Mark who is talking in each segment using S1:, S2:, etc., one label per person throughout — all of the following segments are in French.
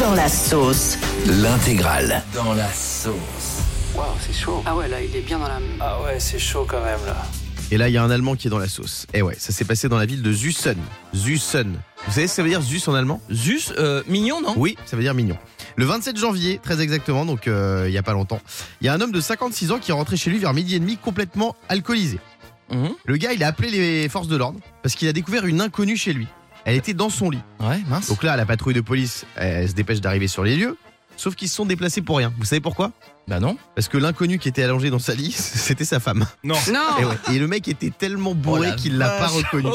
S1: Dans la sauce.
S2: L'intégrale. Dans la sauce.
S3: Waouh, c'est chaud.
S4: Ah ouais, là, il est bien dans la.
S3: Ah ouais, c'est chaud quand même là.
S5: Et là, il y a un Allemand qui est dans la sauce. Et ouais, ça s'est passé dans la ville de Zussen. Zussen. Vous savez ce que ça veut dire Zus en allemand
S6: Zus, euh, mignon, non
S5: Oui, ça veut dire mignon. Le 27 janvier, très exactement, donc euh, il y a pas longtemps, il y a un homme de 56 ans qui est rentré chez lui vers midi et demi complètement alcoolisé.
S6: Mhm.
S5: Le gars, il a appelé les forces de l'ordre parce qu'il a découvert une inconnue chez lui. Elle était dans son lit.
S6: Ouais, mince.
S5: Donc là, la patrouille de police, elle, se dépêche d'arriver sur les lieux. Sauf qu'ils se sont déplacés pour rien. Vous savez pourquoi
S6: Bah non.
S5: Parce que l'inconnu qui était allongé dans sa lit, c'était sa femme. Et,
S4: Non
S5: ouais. Et le mec était tellement bourré
S6: Oh la
S5: qu'il l'a pas reconnu.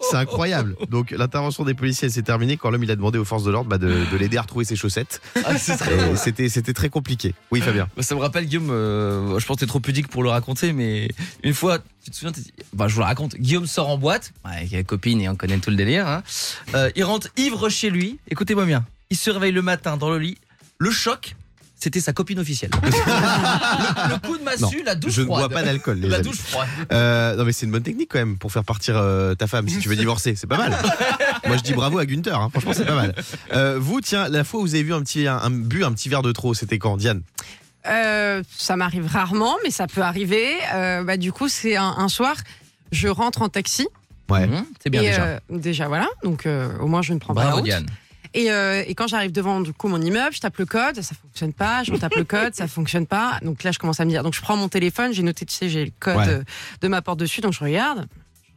S5: C'est incroyable. Donc l'intervention des policiers elle s'est terminée quand l'homme il a demandé aux forces de l'ordre bah, de, de l'aider à retrouver ses chaussettes.
S6: Ah, c'est très-
S5: Et C'était c'était très compliqué. Oui Fabien.
S6: Bah, ça me rappelle Guillaume, euh, je pense que t'es trop pudique pour le raconter, mais une fois, tu te souviens, t'es dit- bah, je vous le raconte, Guillaume sort en boîte, ouais, avec la copine et on connaît tout le délire, hein. Euh, il rentre ivre chez lui, écoutez-moi bien, il se réveille le matin dans le lit, le choc, c'était sa copine officielle. le, le coup de massue, la douche
S5: Je ne
S6: froide.
S5: bois pas d'alcool. les
S6: la
S5: amis.
S6: douche froide.
S5: Euh, non mais c'est une bonne technique quand même pour faire partir euh, ta femme si tu veux divorcer, c'est pas mal. Moi je dis bravo à Gunther, hein. franchement c'est pas mal. Euh, vous tiens, la fois où vous avez vu un petit un, un- bu un petit verre de trop, c'était quand Diane
S4: Euh, Ça m'arrive rarement, mais ça peut arriver. Euh, bah, du coup, c'est un, un soir, je rentre en taxi.
S5: Ouais.
S6: Mhm, c'est bien
S4: et,
S6: déjà.
S4: euh, déjà, voilà. Donc, euh, au moins, je ne prends pas la
S6: Bravo
S4: route.
S6: Diane.
S4: Et, euh, et quand j'arrive devant du coup mon immeuble, je tape le code, ça fonctionne pas. Je tape le code, ça fonctionne pas. Donc là, je commence à me dire. Donc je prends mon téléphone, j'ai noté, tu sais, j'ai le code
S5: Ouais.
S4: euh, de ma porte dessus, donc je regarde.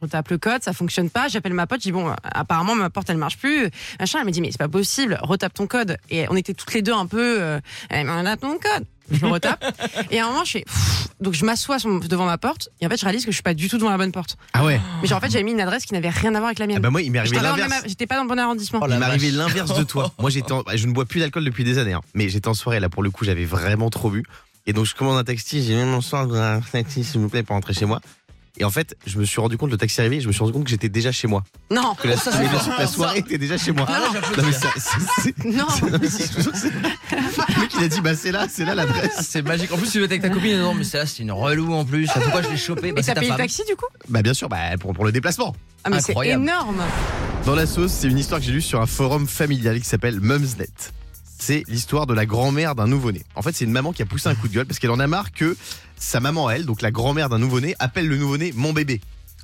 S4: Je tape le code, ça fonctionne pas. J'appelle ma pote, je dis bon, euh, apparemment ma porte elle marche plus. Machin, elle me dit mais c'est pas possible. Retape ton code. Et on était toutes les deux un peu. Euh, Eh, mais on a ton code. Je le retape. et à un moment je fais. pfff. Donc je m'assois sur- devant ma porte et en fait je réalise que je suis pas du tout devant la bonne porte.
S5: Ah ouais.
S4: Mais genre en fait j'avais mis une adresse qui n'avait rien à voir avec la mienne.
S5: Ah bah moi il m'est
S4: J'étais
S5: arrivé
S4: pas dans le
S5: l'inverse. Oh
S4: même- J'étais pas dans le bon arrondissement.
S5: il m'est
S6: vache.
S5: arrivé l'inverse de toi. Moi, j'étais, en- je ne bois plus d'alcool depuis des années, hein. mais j'étais en soirée là pour le coup, j'avais vraiment trop bu. Et donc, je commande un taxi, j'ai dit bonsoir, vous avez un taxi s'il vous plaît pour rentrer chez moi. Et en fait, je me suis rendu compte, le taxi est arrivé, je me suis rendu compte que j'étais déjà chez moi.
S4: Non,
S5: Que la,
S6: ça, c'est
S5: mais la-
S6: fort,
S5: la
S6: ça.
S5: soirée était déjà chez moi.
S6: Ah, là, j'applaudis.
S5: Non, mais ça- c'est- c'est-
S4: non.
S5: non, mais si, je te jure, c'est- Le mec, il a dit bah c'est là, c'est là l'adresse.
S6: C'est magique. En plus, tu vas avec ta copine. Non, mais celle-là, c'est une relou en plus. Pourquoi je l'ai chopée Bah,
S4: Mais
S6: c'est
S4: t'as
S6: ta
S4: payé le
S6: femme.
S4: taxi du coup
S5: Bah bien sûr, bah pour, pour le déplacement.
S4: Ah mais c'est
S6: Incroyable.
S4: énorme
S5: Dans la sauce, c'est une histoire que j'ai lue sur un forum familial qui s'appelle Mumsnet. C'est l'histoire de la grand-mère d'un nouveau-né. En fait, c'est une maman qui a poussé un coup de gueule parce qu'elle en a marre que sa maman, elle, donc la grand-mère d'un nouveau-né, appelle le nouveau-né mon bébé.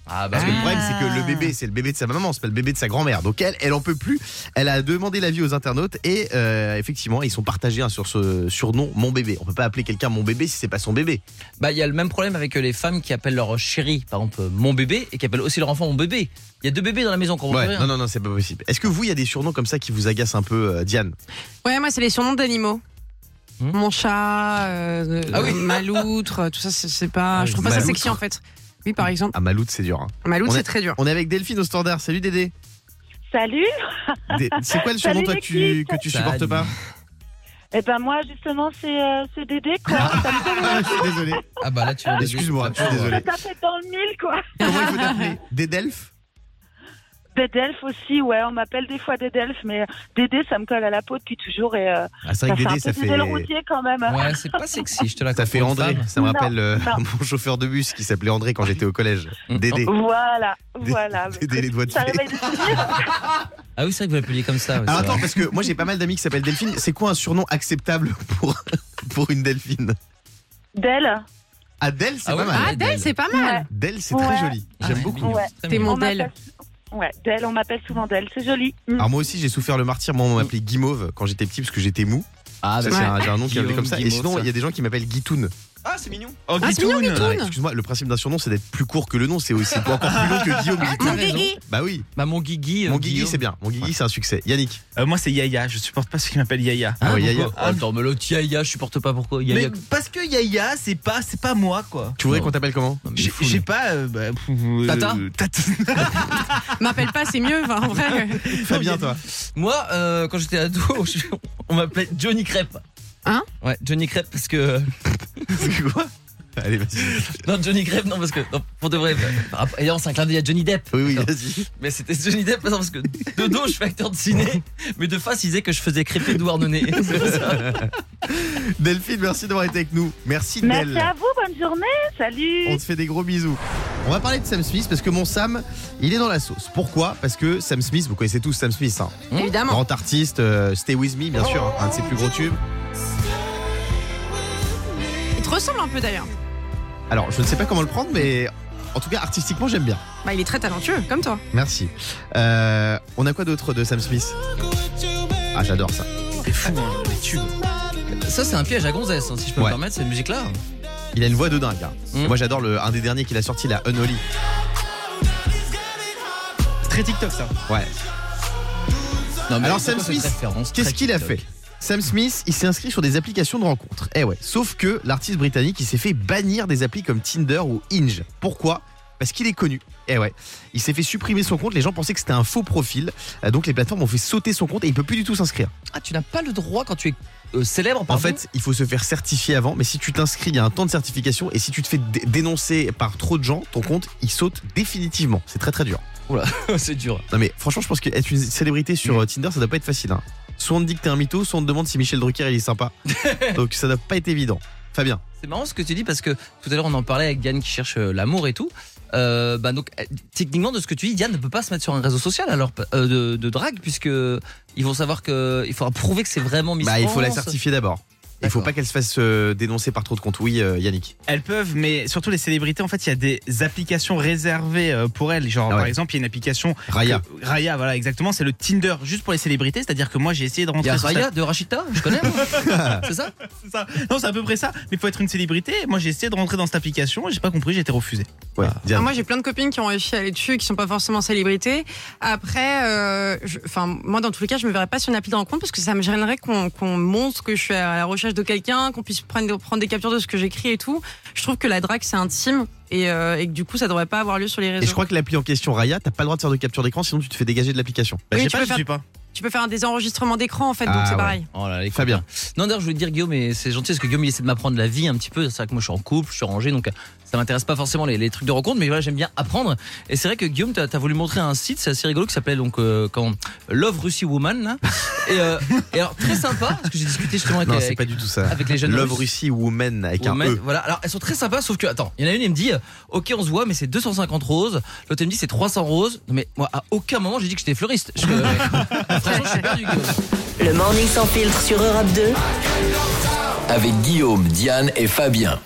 S6: Ah, bah
S5: Parce que
S6: oui.
S5: le problème, c'est que le bébé, c'est le bébé de sa maman, c'est pas le bébé de sa grand-mère. Donc elle, elle en peut plus. Elle a demandé l'avis aux internautes et euh, effectivement, ils sont partagés hein, sur ce surnom mon bébé. On peut pas appeler quelqu'un mon bébé si c'est pas son bébé.
S6: Bah, il y a le même problème avec euh, les femmes qui appellent leur chéri, par exemple, euh, mon bébé, et qui appellent aussi leur enfant mon bébé. Il y a deux bébés dans la maison quand on
S5: Ouais,
S6: rien.
S5: non, non, non, c'est pas possible. Est-ce que vous, il y a des surnoms comme ça qui vous agacent un peu, euh, Diane
S4: Ouais, moi c'est les surnoms d'animaux.
S6: Hmm.
S4: Mon chat, euh,
S6: Ah oui.
S4: euh, ma loutre, tout ça, c'est c'est pas.
S6: Ah
S4: je
S6: oui,
S4: trouve pas
S5: ma
S4: ça sexy en fait. Oui, par exemple,
S5: Ah, Maloute, c'est dur. hein.
S4: ma loutre
S5: On est-
S4: c'est très dur.
S5: On est avec Delphine au standard. Salut Dédé.
S7: Salut.
S5: Des- C'est quoi le surnom
S7: Salut,
S5: toi, que, tu,
S7: l'équipe.
S5: que tu
S6: Salut.
S5: supportes pas
S7: Eh ben moi justement c'est euh, c'est Dédé quoi. Ça me fait-
S5: Ah, Je suis désolé.
S6: Ah, bah là, tu vas
S5: Excuse-moi, je suis désolé.
S7: ça tape dans le mille quoi.
S5: Comment il faut t'appeler Dédelph
S7: Dédelph aussi ouais on m'appelle des fois Dédelph mais euh, Dédé ça me colle à la peau depuis toujours et euh,
S5: Ah, c'est
S7: ça
S5: vrai
S7: fait
S5: que
S7: un
S5: Dédé, ça
S7: peu
S5: fait.
S7: Dédé le routier quand même.
S6: Ouais, c'est pas sexy, je te la
S5: Ça fait André, ça me
S7: Non,
S5: rappelle euh,
S7: non.
S5: mon chauffeur de bus qui s'appelait André quand j'étais au collège.
S6: Mm.
S5: Dédé.
S7: Voilà
S5: Dé-
S7: voilà.
S5: Dédé, les doigts de
S7: Ça
S5: fée.
S7: réveille des souvenirs.
S6: Ah oui, c'est vrai que vous l'appeliez comme ça. ouais,
S5: Alors
S6: c'est
S5: Ah, attends,
S6: vrai.
S5: parce que moi j'ai pas mal d'amis qui s'appellent Delphine. C'est quoi un surnom acceptable pour, pour une Delphine
S7: Del.
S5: Adèle, c'est
S6: Ah
S5: pas
S6: ouais.
S5: mal.
S4: Ah, Adèle, c'est pas mal
S7: Ouais.
S5: Del, Ah c'est très
S7: Ouais.
S5: joli. J'aime
S6: Ouais,
S5: beaucoup.
S6: mignon,
S7: Ouais.
S6: c'est très
S4: T'es
S6: mignon.
S4: mon
S7: On m'appelle-
S4: Del.
S7: Ouais Del on m'appelle souvent Del c'est joli. Mm.
S5: Alors moi aussi j'ai souffert le martyr, moi on m'appelait Guimauve quand j'étais petit parce que j'étais mou.
S6: Ah,
S5: Ça,
S6: bah,
S5: c'est
S6: c'est-
S5: un, j'ai un nom qui
S6: Guillaume,
S5: m'appelait comme ça. Et
S6: Guimauve,
S5: sinon
S6: ça.
S5: il y a des gens qui m'appellent Guitoun.
S3: Ah, c'est mignon.
S5: Oh,
S4: Ah, c'est mignon, Guitoun.
S5: Ouais, Excuse-moi, le principe d'un surnom c'est d'être plus court que le nom, c'est aussi encore plus long que Guillaume. Guitoun.
S4: Mon Guigui
S5: Bah oui,
S6: Bah, mon Guigui. euh,
S5: mon Guigui
S6: Guillaume.
S5: c'est bien, mon Guigui c'est un succès. Yannick,
S8: Euh, moi, c'est Yaya. Je supporte pas ceux qui m'appellent Yaya.
S5: Ah ouais,
S6: pourquoi
S5: Yaya.
S6: Ah, Attends, mais l'autre Yaya, je supporte pas pourquoi. Yaya.
S8: Mais parce que Yaya, c'est pas, c'est pas moi, quoi.
S5: tu voudrais
S6: Non.
S5: qu'on t'appelle comment
S6: Non, mais il est
S8: J'ai
S6: fou,
S8: j'ai
S6: lui.
S8: pas. euh, bah, pff, euh,
S6: Tata
S8: Tata.
S4: M'appelle pas, c'est mieux, enfin, en vrai. euh,
S5: Fabien toi.
S6: Moi, euh, quand j'étais ado, je- on m'appelait Johnny Crêpe.
S4: Hein
S6: Ouais, Johnny Crêpe parce que.
S5: C'est quoi Allez, vas-y.
S6: euh, Non, Johnny Grave, non, parce que non, pour de vrai, bah, par rapport- évidemment, c'est un clin d'œil à Johnny Depp.
S5: Oui, oui,
S6: D'accord.
S5: vas-y.
S6: Mais c'était Johnny Depp, parce que de dos, je suis acteur de ciné, mais de face, il disait que je faisais crêper Douarnenez. C'est pour ça.
S5: Delphine, merci d'avoir été avec nous. Merci,
S7: Merci
S5: Del.
S7: à vous, bonne journée, salut.
S5: On te fait des gros bisous. On va parler de Sam Smith parce que mon Sam, il est dans la sauce. Pourquoi Parce que Sam Smith, vous connaissez tous Sam Smith, hein.
S4: Évidemment.
S5: grand artiste, euh, Stay With Me, bien sûr, hein, un de ses plus gros tubes.
S4: Il te ressemble un peu d'ailleurs.
S5: Alors, je ne sais pas comment le prendre, mais en tout cas, artistiquement, j'aime bien.
S4: Bah, il est très talentueux, comme toi.
S5: Merci. Euh, on a quoi d'autre de Sam Smith Ah, j'adore ça.
S6: C'est fou, hein, les tubes. Ça, c'est un piège à gonzesse, hein, si je peux
S5: Ouais.
S6: me permettre, cette musique-là.
S5: Il a une voix de dingue. hein.
S6: Mm.
S5: Et Moi, j'adore le un des derniers qu'il a sorti, la Unholy.
S8: C'est très TikTok ça.
S5: Ouais.
S6: Non,
S5: Alors,
S6: c'est
S5: Sam
S6: quoi cette
S5: Smith,
S6: référence
S5: Qu'est-ce
S6: très
S5: qu'il a
S6: TikTok
S5: fait Sam Smith, il s'est inscrit sur des applications de rencontres. Eh ouais. Sauf que l'artiste britannique, il s'est fait bannir des applis comme Tinder ou Hinge. Pourquoi Parce qu'il est connu. Eh ouais. Il s'est fait supprimer son compte. Les gens pensaient que c'était un faux profil. Euh, Donc les plateformes ont fait sauter son compte et il peut plus du tout s'inscrire.
S6: Ah, tu n'as pas le droit quand tu es euh, célèbre,
S5: En
S6: pardon.
S5: fait, il faut se faire certifier avant. Mais si tu t'inscris, il y a un temps de certification. Et si tu te fais dé- dénoncer par trop de gens, ton compte, il saute définitivement. C'est très très dur.
S6: c'est dur.
S5: Non mais franchement, je pense qu'être une célébrité sur euh, Tinder, ça doit pas être facile. Hein. Soit on te dit que t'es un mytho, soit on te demande si Michel Drucker il est sympa. Donc ça doit pas être évident. Fabien,
S6: C'est marrant ce que tu dis parce que tout à l'heure on en parlait avec Diane qui cherche euh, l'amour et tout. Euh, bah donc euh, techniquement de ce que tu dis, Diane ne peut pas se mettre sur un réseau social alors euh, de, de drague puisque ils vont savoir que il faudra prouver que c'est vraiment Miss
S5: bah, il faut la
S6: France.
S5: certifier d'abord. Il faut
S6: D'accord.
S5: pas qu'elle se fasse euh, dénoncer par trop de comptes. Oui, euh, Yannick.
S8: Elles peuvent, mais surtout les célébrités, en fait, il y a des applications réservées euh, pour elles. Genre,
S5: Ah ouais.
S8: par exemple, il y a une application.
S5: Raya.
S8: que- Raya, voilà, exactement. C'est le Tinder juste pour les célébrités. C'est-à-dire que moi, j'ai essayé de
S6: Il y
S8: rentrer
S6: a
S8: sur
S6: Raya de Rachita, je connais. moi. c'est ça
S8: cette- ça. Non, c'est à peu près ça. Mais il faut être une célébrité. Moi, j'ai essayé de rentrer dans cette application. J'ai pas compris, j'ai été refusé.
S5: Ouais, Diane.
S4: Ah, moi, j'ai plein de copines qui ont réussi à aller dessus, et qui sont pas forcément célébrités. Après, euh, je- enfin, moi, dans tous les cas, je me verrais pas sur une appli de rencontre parce que ça me gênerait qu'on qu'on montre que je suis à la recherche de quelqu'un, qu'on puisse prendre, prendre des captures de ce que j'écris et tout. Je trouve que la drague, c'est intime et, euh, et que du coup, ça devrait pas avoir lieu sur les
S5: Et
S4: réseaux.
S5: je crois que l'appli en question, Raya, t'as pas le droit de faire de capture d'écran, sinon tu te fais dégager de l'application.
S8: Bah,
S4: Oui,
S8: j'ai
S4: tu
S8: pas,
S4: peux
S8: j'y
S4: faire-
S8: suis pas.
S4: Tu peux faire des enregistrements d'écran, en fait,
S5: Ah,
S4: donc c'est
S5: ouais.
S4: pareil.
S6: Oh là, les
S5: Fabien.
S6: copains. Non d'ailleurs je voulais dire Guillaume mais c'est gentil parce que Guillaume il essaie de m'apprendre la vie un petit peu. C'est vrai que moi je suis en couple, je suis rangé donc euh, ça m'intéresse pas forcément les, les trucs de rencontre mais voilà j'aime bien apprendre. Et c'est vrai que Guillaume t'as as voulu montrer un site c'est assez rigolo qui s'appelait donc euh, quand Love Russie Woman là. Et, euh, et alors très sympa parce que j'ai discuté justement avec,
S5: Non,
S6: avec-
S5: c'est pas du tout ça.
S6: avec les jeunes
S5: Love
S6: Russes.
S5: Russie Woman avec
S6: Woman,
S5: un E.
S6: Voilà, alors elles sont très sympas, sauf que, attends, il y en a une, elle me dit, euh, ok, on se voit, mais c'est 250 roses. L'autre, elle me dit, c'est 300 roses. Non, mais moi, à aucun moment, j'ai dit que j'étais fleuriste. Je, euh, franchement, je suis perdu, Guillaume.
S1: Le morning sans filtre sur Europe 2.
S2: Avec Guillaume, Diane et Fabien.